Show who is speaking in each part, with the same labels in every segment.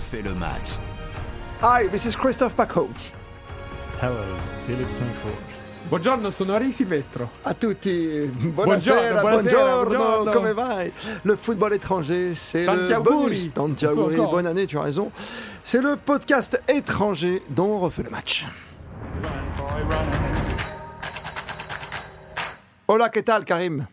Speaker 1: fait le match.
Speaker 2: Hi, this is Christoph Backholm.
Speaker 3: That was Philip Sanford.
Speaker 4: Buongiorno, sono Ari Silvestro.
Speaker 2: A tutti, buonasera, buongiorno,
Speaker 4: Buongiorno, buonasera, buongiorno.
Speaker 2: come vai Le football étranger, c'est
Speaker 4: Tanti
Speaker 2: le
Speaker 4: auguri.
Speaker 2: bonus. Tanti
Speaker 4: Il faut
Speaker 2: auguri,
Speaker 4: encore.
Speaker 2: bonne année, tu as raison. C'est le podcast étranger dont on refait le match. Hola, que tal, Karim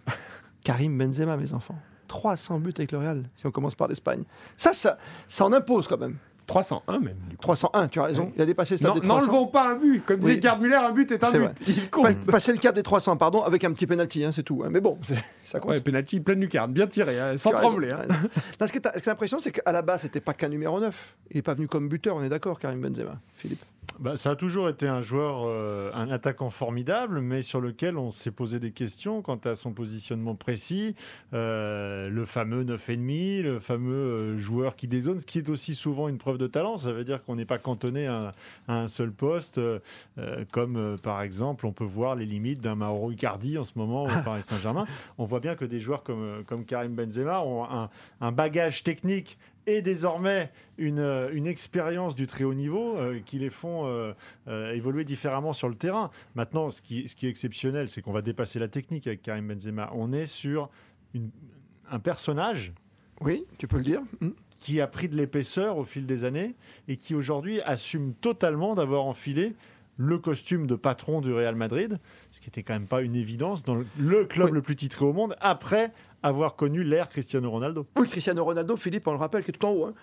Speaker 2: Karim Benzema, mes enfants. 300 buts avec le Real, si on commence par l'Espagne. Ça, ça, ça en impose quand même.
Speaker 4: 301 même, du coup.
Speaker 2: 301, tu as raison, il a dépassé le stade
Speaker 4: Non,
Speaker 2: des 300.
Speaker 4: N'enlevons pas un but. Comme
Speaker 2: Oui.
Speaker 4: disait Gerd Müller, un but est un
Speaker 2: C'est
Speaker 4: but.
Speaker 2: vrai.
Speaker 4: Il
Speaker 2: Pa-
Speaker 4: compte.
Speaker 2: passer le cap des 300, pardon, avec un petit penalty, hein, c'est tout. hein. Mais bon, c'est- ça compte.
Speaker 4: Ouais, penalty pleine lucarne, bien tiré, hein, sans
Speaker 2: Tu as raison,
Speaker 4: trembler. hein.
Speaker 2: tu as raison. Non, ce que t'as- ce que t'as l'impression, c'est qu'à la base, c'était pas qu'un numéro 9. Il est pas venu comme buteur, on est d'accord, Karim Benzema, Philippe.
Speaker 3: Bah, ça a toujours été un joueur, euh, un attaquant formidable, mais sur lequel on s'est posé des questions quant à son positionnement précis. Euh, le fameux 9,5, le fameux euh, joueur qui dézone, ce qui est aussi souvent une preuve de talent. Ça veut dire qu'on n'est pas cantonné à, à un seul poste, euh, euh, comme euh, par exemple on peut voir les limites d'un Mauro Icardi en ce moment au Paris Saint-Germain. On voit bien que des joueurs comme, euh, comme Karim Benzema ont un- un bagage technique et désormais une, euh, une expérience du très haut niveau euh, qui les font euh, euh, évoluer différemment sur le terrain. Maintenant, ce qui, ce qui est exceptionnel, c'est qu'on va dépasser la technique avec Karim Benzema. On est sur une- un personnage
Speaker 2: Oui, tu peux le dire. Hmm.
Speaker 3: qui a pris de l'épaisseur au fil des années et qui aujourd'hui assume totalement d'avoir enfilé le costume de patron du Real Madrid, ce qui n'était quand même pas une évidence dans le- le club
Speaker 2: Oui.
Speaker 3: le plus titré au monde, après avoir connu l'ère Cristiano Ronaldo.
Speaker 2: Oui, Cristiano Ronaldo, Philippe, on le rappelle, qui est tout en haut. hein.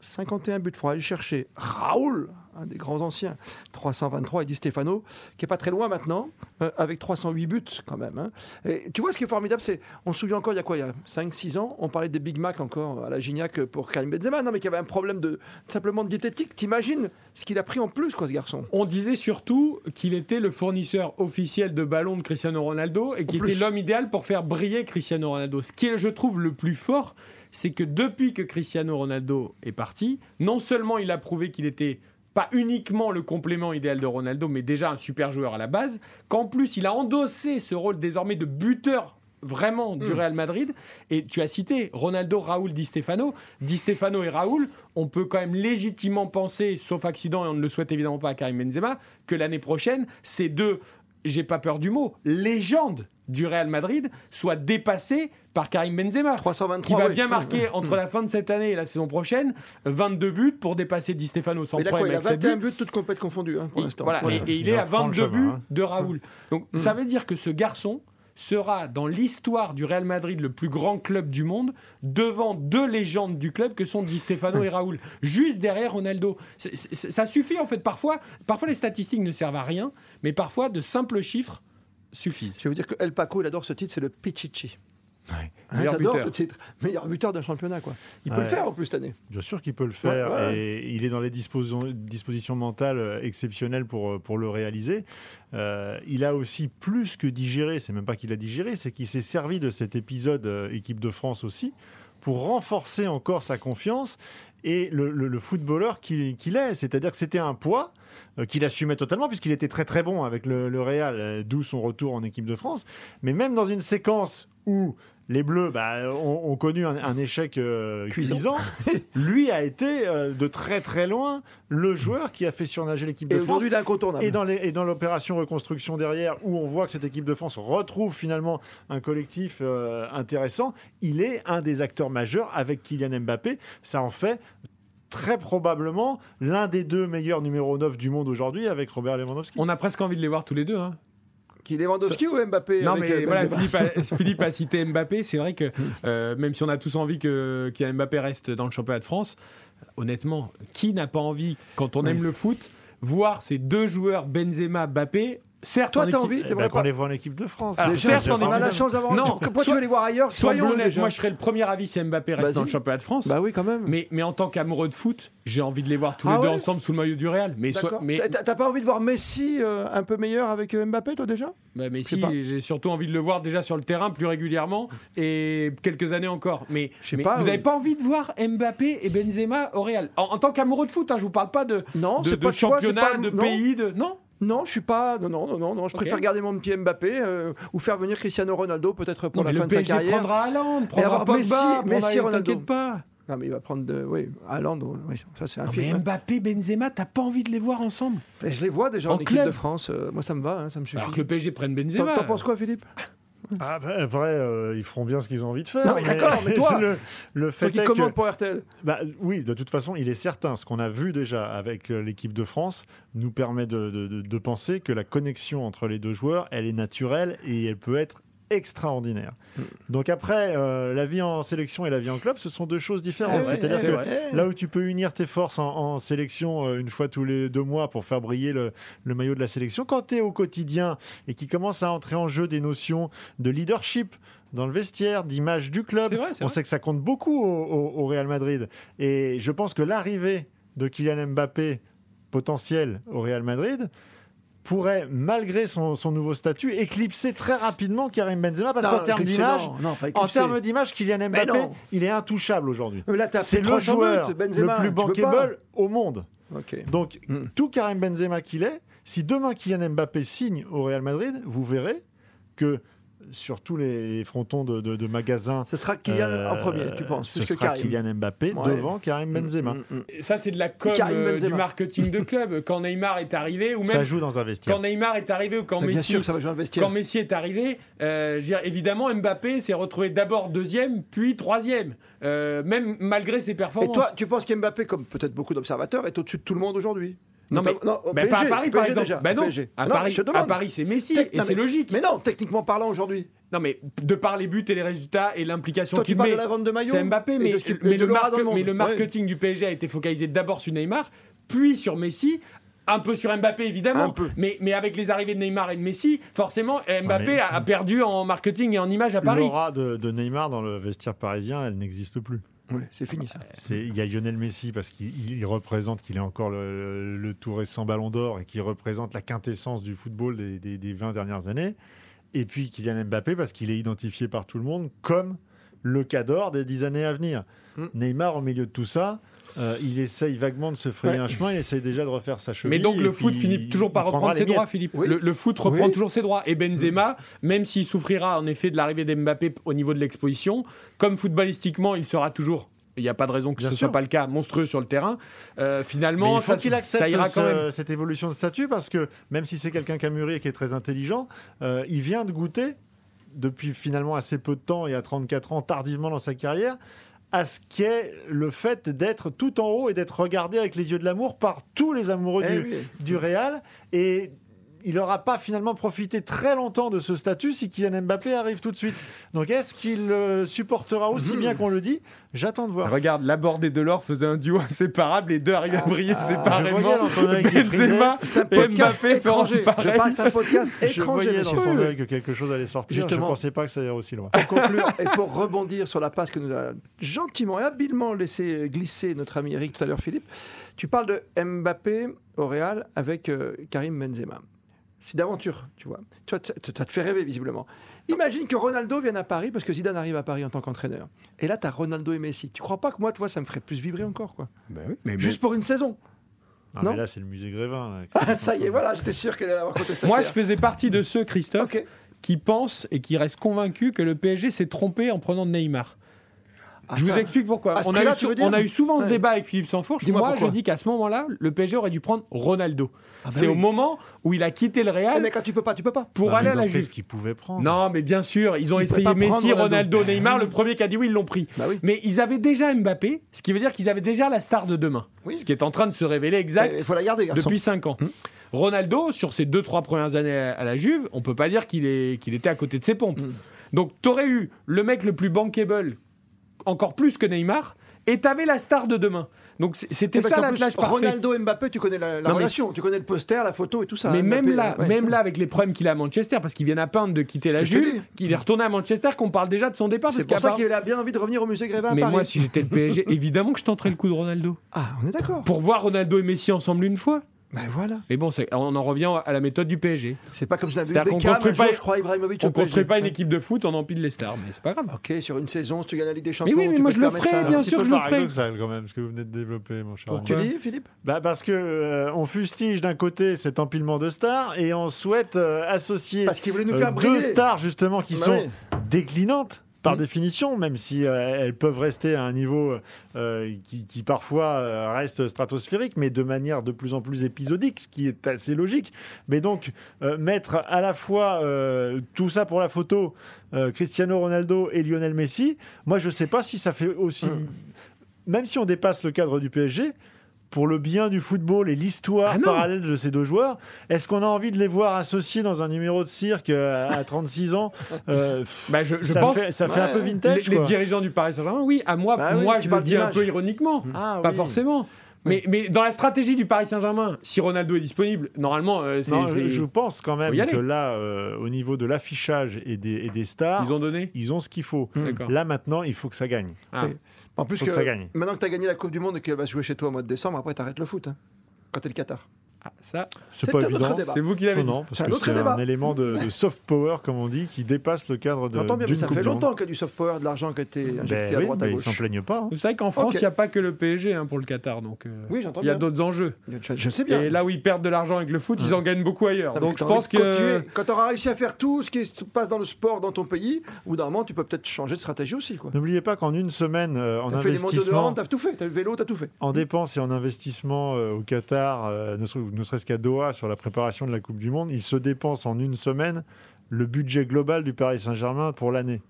Speaker 2: 451 buts, il faudra aller chercher. Raoul, un des grands anciens, 323, et Di Stefano, qui est pas très loin maintenant, euh, avec 308 buts quand même. hein. Et tu vois, ce qui est formidable, c'est, on se souvient encore, il y a quoi, il y a 5-6 ans, on parlait des Big Mac encore à la Gignac pour Karim Benzema, non mais qui avait un problème de simplement de diététique, t'imagines ce qu'il a pris en plus, quoi, ce garçon
Speaker 4: On disait surtout qu'il était le fournisseur officiel de ballons de Cristiano Ronaldo et qu'il
Speaker 2: plus.
Speaker 4: était l'homme idéal pour faire briller Cristiano Ronaldo. Ce qui est, je trouve, le plus fort, c'est que depuis que Cristiano Ronaldo est parti, non seulement il a prouvé qu'il était pas uniquement le complément idéal de Ronaldo, mais déjà un super joueur à la base, qu'en plus il a endossé ce rôle désormais de buteur vraiment du
Speaker 2: Mm.
Speaker 4: Real Madrid. Et tu as cité Ronaldo, Raúl, Di Stefano. Di Stefano et Raúl, on peut quand même légitimement penser, sauf accident, et on ne le souhaite évidemment pas à Karim Benzema, que l'année prochaine, ces deux, j'ai pas peur du mot, légendes du Real Madrid soient dépassées par Karim Benzema.
Speaker 2: 323,
Speaker 4: Qui va
Speaker 2: oui.
Speaker 4: bien marquer entre la fin de cette année et la saison prochaine 22 buts pour dépasser Di Stefano sans
Speaker 2: Mais il a quoi
Speaker 4: problème
Speaker 2: Il a
Speaker 4: avec sept
Speaker 2: 21
Speaker 4: buts.
Speaker 2: buts, toutes compétites confondues hein, pour
Speaker 4: Il-
Speaker 2: l'instant.
Speaker 4: voilà,
Speaker 2: Voilà.
Speaker 4: Et, et il
Speaker 3: Il
Speaker 4: est
Speaker 3: va
Speaker 4: à
Speaker 3: reprendre
Speaker 4: 22
Speaker 3: le chemin,
Speaker 4: buts
Speaker 3: hein.
Speaker 4: de Raoul. Hum. Donc ça veut dire que ce garçon sera dans l'histoire du Real Madrid le plus grand club du monde devant deux légendes du club que sont Di Stefano et Raoul juste derrière Ronaldo C'est- c'est- ça suffit en fait parfois parfois les statistiques ne servent à rien mais parfois de simples chiffres suffisent
Speaker 2: Je vais vous dire que El Paco, il adore ce titre, c'est le Pichichi.
Speaker 3: Ouais.
Speaker 2: Hein,
Speaker 4: Meilleur
Speaker 2: J'adore
Speaker 4: buteur.
Speaker 2: ce titre. Meilleur buteur d'un championnat, quoi. Il peut
Speaker 3: Ouais.
Speaker 2: le faire en plus cette année.
Speaker 3: Bien sûr qu'il peut le faire
Speaker 2: Ouais, ouais.
Speaker 3: et il est dans les disposi- dispositions mentales euh, exceptionnelles pour, euh, pour le réaliser. Euh, il a aussi plus que digéré, c'est même pas qu'il a digéré, c'est qu'il s'est servi de cet épisode euh, équipe de France aussi pour renforcer encore sa confiance et le, le- le footballeur qu'il qu'il est. C'est-à-dire que c'était un poids euh, qu'il assumait totalement puisqu'il était très très bon avec le, le Real, euh, d'où son retour en équipe de France. Mais même dans une séquence où les Bleus bah, ont, ont connu un, un échec euh, cuisant, lui a été euh, de très très loin le joueur qui a fait surnager l'équipe
Speaker 2: Et
Speaker 3: de France.
Speaker 2: aujourd'hui, il est incontournable.
Speaker 3: Et dans, les- et dans l'opération reconstruction derrière, où on voit que cette équipe de France retrouve finalement un collectif euh, intéressant, il est un des acteurs majeurs avec Kylian Mbappé. Ça en fait très probablement l'un des deux meilleurs numéro 9 du monde aujourd'hui avec Robert Lewandowski.
Speaker 4: on a presque envie de les voir tous les deux hein.
Speaker 2: Qui est Lewandowski ou Mbappé
Speaker 4: Non,
Speaker 2: avec,
Speaker 4: mais
Speaker 2: euh,
Speaker 4: voilà,
Speaker 2: Benzema
Speaker 4: Philippe a, Philippe a cité Mbappé. C'est vrai que euh, même si on a tous envie que, que Mbappé reste dans le championnat de France, honnêtement, qui n'a pas envie, quand on aime le foot, voir ces deux joueurs Benzema, Mbappé, certes,
Speaker 2: Toi,
Speaker 4: en
Speaker 2: t'as
Speaker 4: équipe-
Speaker 2: envie
Speaker 3: Eh ben,
Speaker 2: T'aimerais
Speaker 3: qu'on
Speaker 2: pas
Speaker 3: les voit en équipe de France.
Speaker 4: Alors,
Speaker 3: Déjà,
Speaker 2: Déjà,
Speaker 4: Bah, certes, en
Speaker 2: on a la
Speaker 4: équipe-
Speaker 2: chance d'avoir.
Speaker 4: Non,
Speaker 2: Pourquoi tu
Speaker 4: sois-
Speaker 2: veux les voir ailleurs sur
Speaker 4: Soyons
Speaker 2: bleu
Speaker 4: honnêtes,
Speaker 2: déjà
Speaker 4: moi je serais le premier avis si Mbappé reste
Speaker 2: Vas-y.
Speaker 4: dans le championnat de France.
Speaker 2: Bah oui, quand même.
Speaker 4: mais, mais en tant qu'amoureux de foot, j'ai envie de les voir tous
Speaker 2: Ah
Speaker 4: les deux
Speaker 2: ouais
Speaker 4: ensemble sous le maillot du Real. Mais,
Speaker 2: D'accord.
Speaker 4: so- mais,
Speaker 2: T'as- T'as pas envie de voir Messi euh, un peu meilleur avec euh, Mbappé, toi déjà
Speaker 4: bah, mais
Speaker 2: je sais
Speaker 4: si,
Speaker 2: pas.
Speaker 4: j'ai surtout envie de le voir déjà sur le terrain plus régulièrement et quelques années encore. Mais,
Speaker 2: Je sais
Speaker 4: mais
Speaker 2: pas, euh,
Speaker 4: vous
Speaker 2: oui.
Speaker 4: n'avez pas envie de voir Mbappé et Benzema au Real En, en tant qu'amoureux de foot, hein, je vous parle pas de,
Speaker 2: Non,
Speaker 4: de,
Speaker 2: c'est
Speaker 4: de
Speaker 2: pas le choix, c'est
Speaker 4: championnat,
Speaker 2: pas-
Speaker 4: de
Speaker 2: non.
Speaker 4: pays, de non.
Speaker 2: Non, je suis pas. Non, non, non, non, non. Je
Speaker 4: Ok.
Speaker 2: préfère garder mon petit Mbappé euh, ou faire venir Cristiano Ronaldo peut-être pour
Speaker 4: Non, mais
Speaker 2: la fin
Speaker 4: le
Speaker 2: de sa
Speaker 4: PSG
Speaker 2: carrière.
Speaker 4: prendra Haaland, prendra
Speaker 2: avoir
Speaker 4: Pogba,
Speaker 2: Messi-
Speaker 4: prendra-
Speaker 2: Messi, Ronaldo. Ah,
Speaker 4: t'inquiète pas.
Speaker 2: Non, mais il va prendre de. Oui, Haaland, oui, ça c'est un
Speaker 4: Non,
Speaker 2: film.
Speaker 4: mais
Speaker 2: hein.
Speaker 4: Mbappé, Benzema, t'as pas envie de les voir ensemble
Speaker 2: Et Je les vois déjà en,
Speaker 4: En
Speaker 2: équipe
Speaker 4: club.
Speaker 2: de France. euh, moi, ça me va, hein, ça me suffit.
Speaker 4: Alors que le PSG prenne
Speaker 2: T'en
Speaker 4: Benzema.
Speaker 2: t'en penses quoi, Philippe
Speaker 3: Ah, bah, après, euh, ils feront bien ce qu'ils ont envie de faire.
Speaker 2: Non, mais d'accord, mais toi,
Speaker 3: le, le
Speaker 2: Toi
Speaker 3: fait
Speaker 2: qui
Speaker 3: est que,
Speaker 2: commandes pour RTL.
Speaker 3: bah, oui, de toute façon, il est certain. Ce qu'on a vu déjà avec euh, l'équipe de France nous permet de, de- de- de penser que la connexion entre les deux joueurs, elle est naturelle et elle peut être extraordinaire. Donc après, euh, la vie en sélection et la vie en club, ce sont deux choses
Speaker 2: Ah,
Speaker 3: différentes.
Speaker 4: C'est vrai,
Speaker 3: C'est-à-dire
Speaker 4: c'est
Speaker 3: que
Speaker 4: vrai.
Speaker 2: Eh,
Speaker 3: Là où tu peux unir tes forces en, en sélection euh, une fois tous les deux mois pour faire briller le, le maillot de la sélection, quand tu es au quotidien et qui commence à entrer en jeu des notions de leadership dans le vestiaire, d'image du club,
Speaker 4: C'est vrai, c'est
Speaker 3: on
Speaker 4: vrai.
Speaker 3: sait que ça compte beaucoup au, au- au Real Madrid. Et je pense que l'arrivée de Kylian Mbappé potentiel au Real Madrid pourrait, malgré son, son nouveau statut, éclipser très rapidement Karim Benzema parce
Speaker 2: Non,
Speaker 3: qu'en termes
Speaker 2: éclipser,
Speaker 3: d'image,
Speaker 2: non, non, pas
Speaker 3: en
Speaker 2: éclipser.
Speaker 3: termes d'image, Kylian
Speaker 2: Mais
Speaker 3: Mbappé,
Speaker 2: non.
Speaker 3: il est intouchable aujourd'hui.
Speaker 2: Euh, Là, t'as
Speaker 3: C'est
Speaker 2: pris
Speaker 3: le
Speaker 2: 300 buts,
Speaker 3: joueur
Speaker 2: Benzema,
Speaker 3: le plus
Speaker 2: tu peux
Speaker 3: bankable au monde.
Speaker 2: pas. Ok.
Speaker 3: Donc,
Speaker 2: Mm.
Speaker 3: tout Karim Benzema qu'il est, si demain Kylian Mbappé signe au Real Madrid, vous verrez que sur tous les frontons de, de- de magasins.
Speaker 2: Ce sera Kylian
Speaker 3: euh,
Speaker 2: en premier, tu penses,
Speaker 3: Ce
Speaker 2: plus que
Speaker 3: sera
Speaker 2: Karim.
Speaker 3: Kylian Mbappé
Speaker 2: Ouais.
Speaker 3: devant Karim Benzema.
Speaker 2: Mm, mm, mm.
Speaker 4: Ça, c'est de la com
Speaker 2: Karim
Speaker 4: euh, du
Speaker 2: Benzema.
Speaker 4: marketing de club. Quand Neymar est arrivé, ou
Speaker 3: Ça
Speaker 4: même
Speaker 3: joue dans un vestiaire.
Speaker 4: quand Neymar est arrivé, ou quand
Speaker 2: Mais Bien
Speaker 4: Messi
Speaker 2: sûr que ça va jouer dans le vestiaire.
Speaker 4: quand Messi est arrivé, euh, je veux dire, évidemment, Mbappé s'est retrouvé d'abord deuxième, puis troisième, euh, même malgré ses
Speaker 2: Et
Speaker 4: performances.
Speaker 2: toi, tu penses qu'Mbappé, comme peut-être beaucoup d'observateurs, est au-dessus de tout le monde aujourd'hui
Speaker 4: non, mais,
Speaker 2: Notamment- non, au
Speaker 4: mais
Speaker 2: PSG,
Speaker 4: pas à Paris,
Speaker 2: au
Speaker 4: par
Speaker 2: PSG
Speaker 4: exemple.
Speaker 2: déjà,
Speaker 4: Bah
Speaker 2: au
Speaker 4: non,
Speaker 2: PSG.
Speaker 4: à,
Speaker 2: Ah Non,
Speaker 4: Paris,
Speaker 2: je demande.
Speaker 4: à Paris, c'est Messi,
Speaker 2: Tec-
Speaker 4: et
Speaker 2: non,
Speaker 4: c'est logique.
Speaker 2: Mais non, techniquement parlant aujourd'hui.
Speaker 4: Non, mais de par les buts et les résultats et l'implication
Speaker 2: Toi, tu
Speaker 4: qu'il
Speaker 2: parles
Speaker 4: met,
Speaker 2: de la vente de maillots.
Speaker 4: c'est Mbappé,
Speaker 2: et
Speaker 4: mais,
Speaker 2: de ce qui-
Speaker 4: mais
Speaker 2: et de
Speaker 4: le
Speaker 2: l'aura
Speaker 4: marque-
Speaker 2: dans le monde.
Speaker 4: mais le
Speaker 2: Ouais.
Speaker 4: marketing du PSG a été focalisé d'abord sur Neymar, puis sur Messi. Un peu sur Mbappé évidemment,
Speaker 2: Un peu.
Speaker 4: Mais, mais avec les arrivées de Neymar et de Messi, forcément Mbappé
Speaker 3: mais-
Speaker 4: a, a perdu en marketing et en image à Paris.
Speaker 3: L'aura de, de Neymar dans le vestiaire parisien, elle n'existe plus.
Speaker 2: Ouais, c'est fini ça.
Speaker 3: C'est- Il y a Lionel Messi parce qu'il il- il représente qu'il est encore le, le tout récent Ballon d'Or et qu'il représente la quintessence du football des, des- des 20 dernières années. Et puis Kylian Mbappé parce qu'il est identifié par tout le monde comme le cador des 10 années à venir.
Speaker 4: Hmm.
Speaker 2: Mm.
Speaker 3: Neymar, au milieu de tout ça, euh, il essaye vaguement de se frayer un chemin, il essaye déjà de refaire sa cheville.
Speaker 4: Mais donc
Speaker 3: et
Speaker 4: le
Speaker 3: puis
Speaker 4: foot
Speaker 3: il-
Speaker 4: finit toujours par
Speaker 3: il prendra
Speaker 4: reprendre
Speaker 3: les
Speaker 4: ses droits,
Speaker 3: miettes.
Speaker 4: Philippe.
Speaker 2: Oui.
Speaker 4: Le, le foot reprend
Speaker 2: Oui.
Speaker 4: toujours ses droits. Et Benzema, même s'il souffrira en effet de l'arrivée d'Mbappé au niveau de l'exposition, comme footballistiquement, il sera toujours. Il n'y a pas de raison que
Speaker 3: Bien
Speaker 4: ce
Speaker 3: sûr.
Speaker 4: soit pas le cas, monstrueux sur le terrain. euh,
Speaker 3: Mais
Speaker 4: finalement,
Speaker 3: il faut
Speaker 4: ça,
Speaker 3: qu'il accepte
Speaker 4: ça ira
Speaker 3: ce-
Speaker 4: quand même.
Speaker 3: cette évolution de statut parce que même si c'est quelqu'un qui a mûri et qui est très intelligent, euh, il vient de goûter depuis finalement assez peu de temps et à 34 ans tardivement dans sa carrière à ce qu'est le fait d'être tout en haut et d'être regardé avec les yeux de l'amour par tous les amoureux
Speaker 2: Eh
Speaker 3: du,
Speaker 2: oui.
Speaker 3: du Real et il n'aura pas finalement profité très longtemps de ce statut si Kylian Mbappé arrive tout de suite. Donc est-ce qu'il euh, supportera
Speaker 4: Mmh.
Speaker 3: aussi bien qu'on le dit J'attends de voir.
Speaker 4: Regarde, l'abordé de l'or faisait un duo inséparable, les deux arrivaient à
Speaker 3: Ah,
Speaker 4: briller séparément.
Speaker 3: voyais l'Antonin qui
Speaker 4: Benzema
Speaker 2: C'est un
Speaker 4: et
Speaker 2: podcast
Speaker 4: Mbappé feront
Speaker 2: étranger. Je
Speaker 4: pareil.
Speaker 2: parle, c'est un podcast
Speaker 3: Je voyais
Speaker 2: étranger.
Speaker 3: dans
Speaker 2: monsieur.
Speaker 3: son œil que quelque chose allait sortir.
Speaker 2: Justement. Ah,
Speaker 3: Je pensais pas que ça irait aussi loin.
Speaker 2: Pour conclure et pour rebondir sur la passe que nous a gentiment et habilement laissé glisser notre ami Eric tout à l'heure, Philippe, tu parles de Mbappé au Real avec euh, Karim Benzema. C'est d'aventure, tu vois. Toi, t- t- ça te fait rêver, visiblement. Imagine que Ronaldo vienne à Paris, parce que Zidane arrive à Paris en tant qu'entraîneur. Et là, tu as Ronaldo et Messi. Tu crois pas que moi, toi, ça me ferait plus vibrer encore, quoi
Speaker 4: Ben
Speaker 2: Juste pour une saison.
Speaker 3: Ah,
Speaker 2: Non.
Speaker 3: mais là, c'est le musée Grévin. là.
Speaker 2: Ah, ça y est, voilà, j'étais sûr qu'elle allait avoir contesté.
Speaker 4: Moi, je faisais partie de ceux, Christophe,
Speaker 2: Ok.
Speaker 4: qui pensent et qui restent convaincus que le PSG s'est trompé en prenant Neymar.
Speaker 2: Ah,
Speaker 4: je vous
Speaker 2: ça-
Speaker 4: explique pourquoi.
Speaker 2: à ce
Speaker 4: On a, eu,
Speaker 2: prix-là, tu veux dire
Speaker 4: on a eu souvent ce
Speaker 2: Ouais.
Speaker 4: débat avec Philippe Sanfourche.
Speaker 2: Dis-moi
Speaker 4: Moi, je
Speaker 2: pourquoi.
Speaker 4: dis qu'à ce moment-là, le PSG aurait dû prendre Ronaldo.
Speaker 2: Ah, bah
Speaker 4: C'est au
Speaker 2: oui.
Speaker 4: moment où il a quitté le
Speaker 2: Eh,
Speaker 4: Real
Speaker 2: Mais quand tu peux pas, tu peux pas.
Speaker 4: pour
Speaker 3: Bah,
Speaker 4: aller
Speaker 3: mais
Speaker 4: à
Speaker 3: ils
Speaker 4: la
Speaker 3: ont fait
Speaker 4: Juve.
Speaker 3: ce qu'ils pouvaient prendre.
Speaker 4: Non, mais bien sûr, ils ont
Speaker 2: Ils pouvaient
Speaker 4: essayé
Speaker 2: pas
Speaker 4: Messi,
Speaker 2: prendre Ronaldo. Ah
Speaker 4: Ronaldo, Neymar. Le premier qui a dit oui, ils l'ont pris.
Speaker 2: Bah oui.
Speaker 4: Mais ils avaient déjà Mbappé, ce qui veut dire qu'ils avaient déjà la star de demain.
Speaker 2: Oui. Bah,
Speaker 4: Ce qui est en train de se révéler exact
Speaker 2: Il faut la garder, garçon. Hmm.
Speaker 4: depuis 5 ans. Ronaldo, sur ses 2-3 premières années à à la Juve, on peut pas dire qu'il est- qu'il était à côté de ses pompes.
Speaker 2: Hmm.
Speaker 4: Donc, tu aurais eu le mec le plus bankable, encore plus que Neymar, et tu avais la star de demain. Donc, c- c'était
Speaker 2: Et parce
Speaker 4: ça
Speaker 2: qu'en plus,
Speaker 4: l'attelage parfait.
Speaker 2: Ronaldo et Mbappé, tu connais la, la
Speaker 4: Non, mais
Speaker 2: relation, tu connais le poster, la photo et tout ça.
Speaker 4: mais
Speaker 2: hein,
Speaker 4: même
Speaker 2: Mbappé,
Speaker 4: là,
Speaker 2: ouais.
Speaker 4: même là, avec les problèmes qu'il a à Manchester, parce qu'il vient à peine de quitter la
Speaker 2: que je te
Speaker 4: Juve, qu'il est retourné à Manchester, qu'on parle déjà de son départ.
Speaker 2: C'est
Speaker 4: parce
Speaker 2: pour
Speaker 4: qu'à
Speaker 2: ça
Speaker 4: part-
Speaker 2: qu'il a bien envie de revenir au musée Grévin à
Speaker 4: Mais
Speaker 2: Paris.
Speaker 4: moi, si j'étais le PSG, évidemment que je tenterais le coup de Ronaldo.
Speaker 2: Ah, on est d'accord.
Speaker 4: Pour voir Ronaldo et Messi ensemble une fois.
Speaker 2: Ben voilà.
Speaker 4: Mais bon, c'est- on en revient à la méthode du PSG.
Speaker 2: C'est pas comme si on avait eu
Speaker 4: C'est-à-dire qu'on
Speaker 2: Beckham,
Speaker 4: construit
Speaker 2: un jour,
Speaker 4: pas-
Speaker 2: je crois, Ibrahimovic.
Speaker 4: On
Speaker 2: au
Speaker 4: construit
Speaker 2: PSG.
Speaker 4: pas une équipe de foot, on empile les stars, mais c'est pas grave.
Speaker 2: Ok, sur une saison, si tu gagnes la Ligue des Champions.
Speaker 4: Mais oui, mais
Speaker 2: tu
Speaker 4: moi,
Speaker 2: peux
Speaker 4: je
Speaker 2: te
Speaker 4: le
Speaker 2: permettre
Speaker 4: ferais,
Speaker 2: ça.
Speaker 4: bien
Speaker 3: Un petit
Speaker 4: sûr
Speaker 3: peu
Speaker 4: que je le ferai.
Speaker 3: paradoxal quand même ce que vous venez de développer, mon cher.
Speaker 4: Pourquoi
Speaker 2: Tu
Speaker 3: Arnaud.
Speaker 2: dis, Philippe
Speaker 3: Bah, parce que euh, on fustige d'un côté cet empilement de stars et on souhaite euh, associer
Speaker 2: Parce qu'il voulait nous
Speaker 3: euh,
Speaker 2: faire
Speaker 3: deux
Speaker 2: briller.
Speaker 3: stars justement qui
Speaker 2: Bah
Speaker 3: sont
Speaker 2: oui.
Speaker 3: déclinantes par
Speaker 4: Mm.
Speaker 3: définition, même si euh, elles peuvent rester à un niveau euh, qui, qui parfois euh, reste stratosphérique, mais de manière de plus en plus épisodique, ce qui est assez logique. Mais donc, euh, mettre à la fois euh, tout ça pour la photo, euh, Cristiano Ronaldo et Lionel Messi, moi je ne sais pas si ça fait aussi...
Speaker 2: Mm.
Speaker 3: Même si on dépasse le cadre du PSG, pour le bien du football et l'histoire
Speaker 4: Ah non.
Speaker 3: parallèle de ces deux joueurs, est-ce qu'on a envie de les voir associés dans un numéro de cirque euh, à 36 ans Euh, pff,
Speaker 4: Bah, je, je
Speaker 3: ça
Speaker 4: pense
Speaker 3: fait, ça fait un peu
Speaker 2: Ouais.
Speaker 4: les,
Speaker 3: vintage.
Speaker 4: les
Speaker 3: quoi.
Speaker 4: dirigeants du Paris Saint-Germain, oui, à moi,
Speaker 2: Bah oui,
Speaker 4: moi
Speaker 2: tu
Speaker 4: je le
Speaker 2: parles
Speaker 4: dis un
Speaker 2: d'image.
Speaker 4: peu ironiquement.
Speaker 3: Ah
Speaker 4: Pas
Speaker 3: oui.
Speaker 4: forcément. Mais, mais dans la stratégie du Paris Saint-Germain, si Ronaldo est disponible, normalement, euh, c'est,
Speaker 3: Non, je,
Speaker 4: c'est-
Speaker 3: je pense quand même
Speaker 4: Faut y aller.
Speaker 3: que là, euh, au niveau de l'affichage et des, et des stars,
Speaker 4: ils ont donné.
Speaker 3: ce qu'il faut.
Speaker 4: D'accord.
Speaker 3: Là maintenant, il faut que ça gagne.
Speaker 4: Ah.
Speaker 2: Hmm. Oui. En plus,
Speaker 3: Faut
Speaker 2: que,
Speaker 3: que ça gagne.
Speaker 2: maintenant que tu as gagné la Coupe du Monde et qu'elle va se jouer chez toi au mois de décembre, après, t'arrêtes le foot. hein, quand t'es le Qatar.
Speaker 4: Ah, ça,
Speaker 3: C'est
Speaker 2: C'est
Speaker 3: pas
Speaker 2: un autre
Speaker 3: évident.
Speaker 2: débat.
Speaker 4: c'est vous qui l'avez
Speaker 3: Non, non, parce
Speaker 2: C'est un
Speaker 3: que
Speaker 2: autre
Speaker 3: c'est un
Speaker 2: débat.
Speaker 3: élément de, de soft power, comme on dit, qui dépasse le cadre de.
Speaker 2: J'entends bien, mais
Speaker 3: d'une
Speaker 2: ça
Speaker 3: Coupe
Speaker 2: fait
Speaker 3: du Monde.
Speaker 2: longtemps qu'il y a du soft power, de l'argent qui a été
Speaker 3: Ben
Speaker 2: injecté à
Speaker 3: oui,
Speaker 2: droite,
Speaker 3: mais
Speaker 2: à
Speaker 3: ils s'en
Speaker 2: gauche.
Speaker 3: plaignent pas. hein.
Speaker 4: Vous savez qu'en France, il
Speaker 2: Ok.
Speaker 4: n'y a pas que le PSG hein, pour le Qatar. Donc, euh,
Speaker 2: Oui, j'entends
Speaker 4: il y a
Speaker 2: bien.
Speaker 4: d'autres enjeux.
Speaker 2: Je, je sais bien. Hmm.
Speaker 4: Et là où ils perdent de l'argent avec le foot, ils en gagnent beaucoup ailleurs.
Speaker 2: Non, mais
Speaker 4: Donc je
Speaker 2: Ah t'as envie
Speaker 4: pense
Speaker 2: de
Speaker 4: que.
Speaker 2: continuer. Quand tu auras réussi à faire tout ce qui se passe dans le sport dans ton pays, au bout d'un moment, tu peux peut-être changer de stratégie aussi. quoi.
Speaker 3: N'oubliez pas qu'en une semaine, euh, en
Speaker 2: T'as fait les mondiaux de
Speaker 3: investissement,
Speaker 2: hand, t'as tout fait. T'as le vélo, t'as tout fait.
Speaker 3: en dépenses et en investissement euh, au Qatar, euh, ne, serait- ne serait-ce qu'à Doha, sur la préparation de la Coupe du Monde, il se dépense en une semaine le budget global du Paris Saint-Germain pour l'année.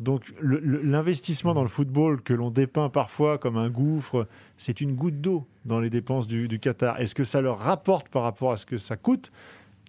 Speaker 3: Donc le- le- l'investissement dans le football que l'on dépeint parfois comme un gouffre, c'est une goutte d'eau dans les dépenses du, du Qatar. Est-ce que ça leur rapporte par rapport à ce que ça coûte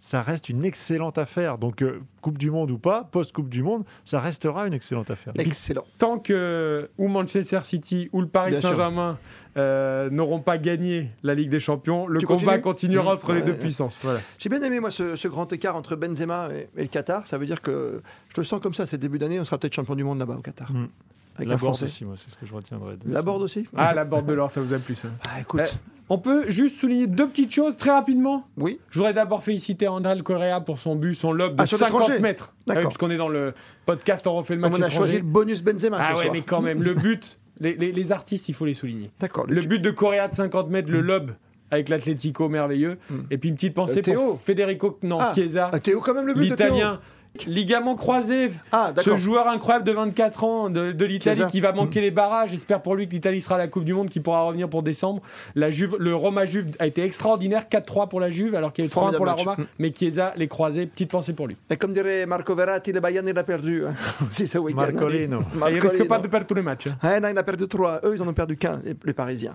Speaker 3: ça reste une excellente affaire. Donc, euh, Coupe du Monde ou pas, post-Coupe du Monde, ça restera une excellente affaire.
Speaker 2: Excellent.
Speaker 4: tant que ou Manchester City ou le Paris
Speaker 2: Bien sûr.
Speaker 4: Saint-Germain euh, n'auront pas gagné la Ligue des Champions, le
Speaker 2: Tu
Speaker 4: combat
Speaker 2: continues
Speaker 4: continuera
Speaker 2: Mmh.
Speaker 4: entre les
Speaker 2: Ouais,
Speaker 4: deux
Speaker 2: ouais.
Speaker 4: puissances. Voilà.
Speaker 2: J'ai bien aimé, moi, ce, ce grand écart entre Benzema et, et le Qatar. Ça veut dire que je le sens comme ça, ces débuts d'année, on sera peut-être champion du monde là-bas au Qatar.
Speaker 4: Hmm.
Speaker 3: Mm.
Speaker 2: Avec
Speaker 3: la
Speaker 2: un
Speaker 3: Borde
Speaker 2: Français.
Speaker 3: aussi, moi, c'est ce que je retiendrai. de
Speaker 2: La
Speaker 3: ça.
Speaker 2: Borde aussi
Speaker 4: Ah, la borde de l'or, ça vous a plu ça.
Speaker 2: Ah, écoute,
Speaker 4: Eh. On peut juste souligner deux petites choses très rapidement.
Speaker 2: oui.
Speaker 4: Je voudrais d'abord féliciter Andal Correa pour son but, son lob de
Speaker 2: Ah, sur
Speaker 4: 50
Speaker 2: l'étranger
Speaker 4: mètres. Ah oui,
Speaker 2: D'accord.
Speaker 4: parce qu'on est dans le podcast, on refait le match
Speaker 2: Comme on a
Speaker 4: étranger.
Speaker 2: choisi le bonus Benzema
Speaker 4: Ah
Speaker 2: ce
Speaker 4: ouais,
Speaker 2: soir.
Speaker 4: mais quand même, le but, les, les- les artistes, il faut les souligner.
Speaker 2: D'accord.
Speaker 4: Le
Speaker 2: tu-
Speaker 4: but de Correa de 50 mètres, le lob avec l'Atlético, merveilleux.
Speaker 2: Mm.
Speaker 4: Et puis une petite pensée
Speaker 2: Euh, Théo.
Speaker 4: pour Federico non,
Speaker 2: Ah,
Speaker 4: Chiesa,
Speaker 2: Ah, Théo, quand même, le but de Théo.
Speaker 4: l'italien. Ligament croisé,
Speaker 2: Ah,
Speaker 4: ce
Speaker 2: d'accord. Mm.
Speaker 4: joueur incroyable de 24 ans de, de l'Italie
Speaker 2: Chiesa.
Speaker 4: qui va manquer les barrages. J'espère pour lui que l'Italie sera à la Coupe du Monde, qui pourra revenir pour décembre. La Juve, le Roma Juve a été extraordinaire, 4-3 pour la Juve, alors qu'il y avait 3 pour la
Speaker 2: Formidable
Speaker 4: Roma.
Speaker 2: match. Mm.
Speaker 4: Mais Chiesa, les croisés, petite pensée pour lui.
Speaker 2: Et comme dirait Marco Verratti, le Bayern, il a perdu. hein, aussi ce week-end.
Speaker 3: Marcolino.
Speaker 4: Et il
Speaker 2: Marcolino.
Speaker 4: risque pas de perdre tous les matchs. hein.
Speaker 2: Ah, non, il en a perdu trois. Eux, ils en ont perdu qu'un, les, les Parisiens.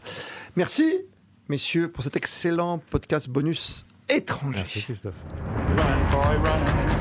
Speaker 2: Merci, messieurs, pour cet excellent podcast bonus étranger.
Speaker 3: Merci Christophe.
Speaker 1: Run, boy, run.